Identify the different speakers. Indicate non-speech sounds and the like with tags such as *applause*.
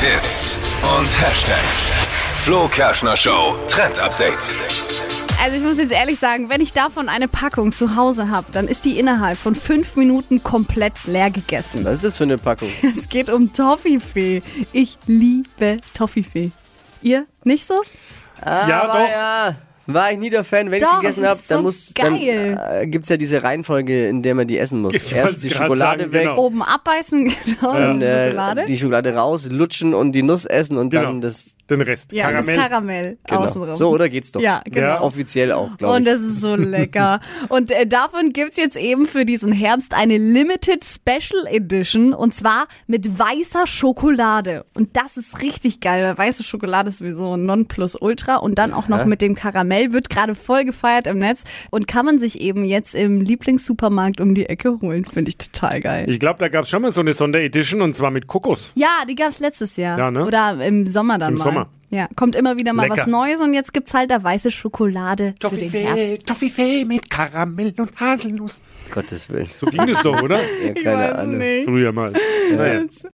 Speaker 1: Hits und Hashtags. Flo Kerschner Show Trend Update.
Speaker 2: Also ich muss jetzt ehrlich sagen, wenn ich davon eine Packung zu Hause habe, dann ist die innerhalb von fünf Minuten komplett leer gegessen. *laughs*
Speaker 3: Was ist das für eine Packung? *laughs*
Speaker 2: Es geht um Toffifee. Ich liebe Toffifee. Ihr nicht so?
Speaker 4: Ja,
Speaker 3: Aber
Speaker 4: doch.
Speaker 3: Ja. Ah, War ich nie der Fan. Wenn ich
Speaker 2: Doch,
Speaker 3: gegessen
Speaker 2: das
Speaker 3: habe,
Speaker 2: ist
Speaker 3: dann,
Speaker 2: so
Speaker 3: muss,
Speaker 2: geil.
Speaker 3: dann äh, gibt es ja diese Reihenfolge, in der man die essen muss.
Speaker 4: *laughs* Ich
Speaker 3: Erst
Speaker 4: wollte
Speaker 3: die
Speaker 4: grad
Speaker 3: Schokolade
Speaker 4: sagen,
Speaker 3: weg,
Speaker 4: genau.
Speaker 2: Oben abbeißen, *laughs* genau,
Speaker 4: Ja.
Speaker 2: das ist die
Speaker 3: äh,
Speaker 2: Schokolade.
Speaker 3: die Schokolade raus, lutschen und die Nuss essen und
Speaker 4: Genau.
Speaker 3: dann das.
Speaker 4: Den Rest.
Speaker 2: ja,
Speaker 4: Karamell.
Speaker 2: das Karamell
Speaker 3: Genau.
Speaker 2: außenrum.
Speaker 3: So, oder geht's doch?
Speaker 2: Ja, genau.
Speaker 4: Ja.
Speaker 3: Offiziell auch, glaube
Speaker 2: Und
Speaker 3: ich.
Speaker 2: das ist so
Speaker 4: *laughs*
Speaker 2: lecker. Und äh, davon gibt's jetzt eben für diesen Herbst eine Limited Special Edition. Und zwar mit weißer Schokolade. Und das ist richtig geil, weil weiße Schokolade ist sowieso ein Nonplusultra. Und dann auch noch mit dem Karamell. Wird gerade voll gefeiert im Netz. Und kann man sich eben jetzt im Lieblingssupermarkt um die Ecke holen. Finde ich total geil.
Speaker 4: Ich glaube, da gab es schon mal so eine Sonderedition und zwar mit Kokos.
Speaker 2: ja, die gab's letztes Jahr.
Speaker 4: Ja, ne?
Speaker 2: Oder im Sommer dann
Speaker 4: Im
Speaker 2: mal.
Speaker 4: Sommer.
Speaker 2: Ja, kommt immer wieder mal was
Speaker 4: Lecker.
Speaker 2: Neues und jetzt gibt's halt da weiße Schokolade für den Herbst.
Speaker 5: Toffifee, Toffifee mit Karamell und Haselnuss.
Speaker 2: *laughs*
Speaker 3: Gottes Willen.
Speaker 5: *laughs*
Speaker 4: So ging es doch, oder?
Speaker 3: Ja, keine Ahnung.
Speaker 4: Früher mal. Naja.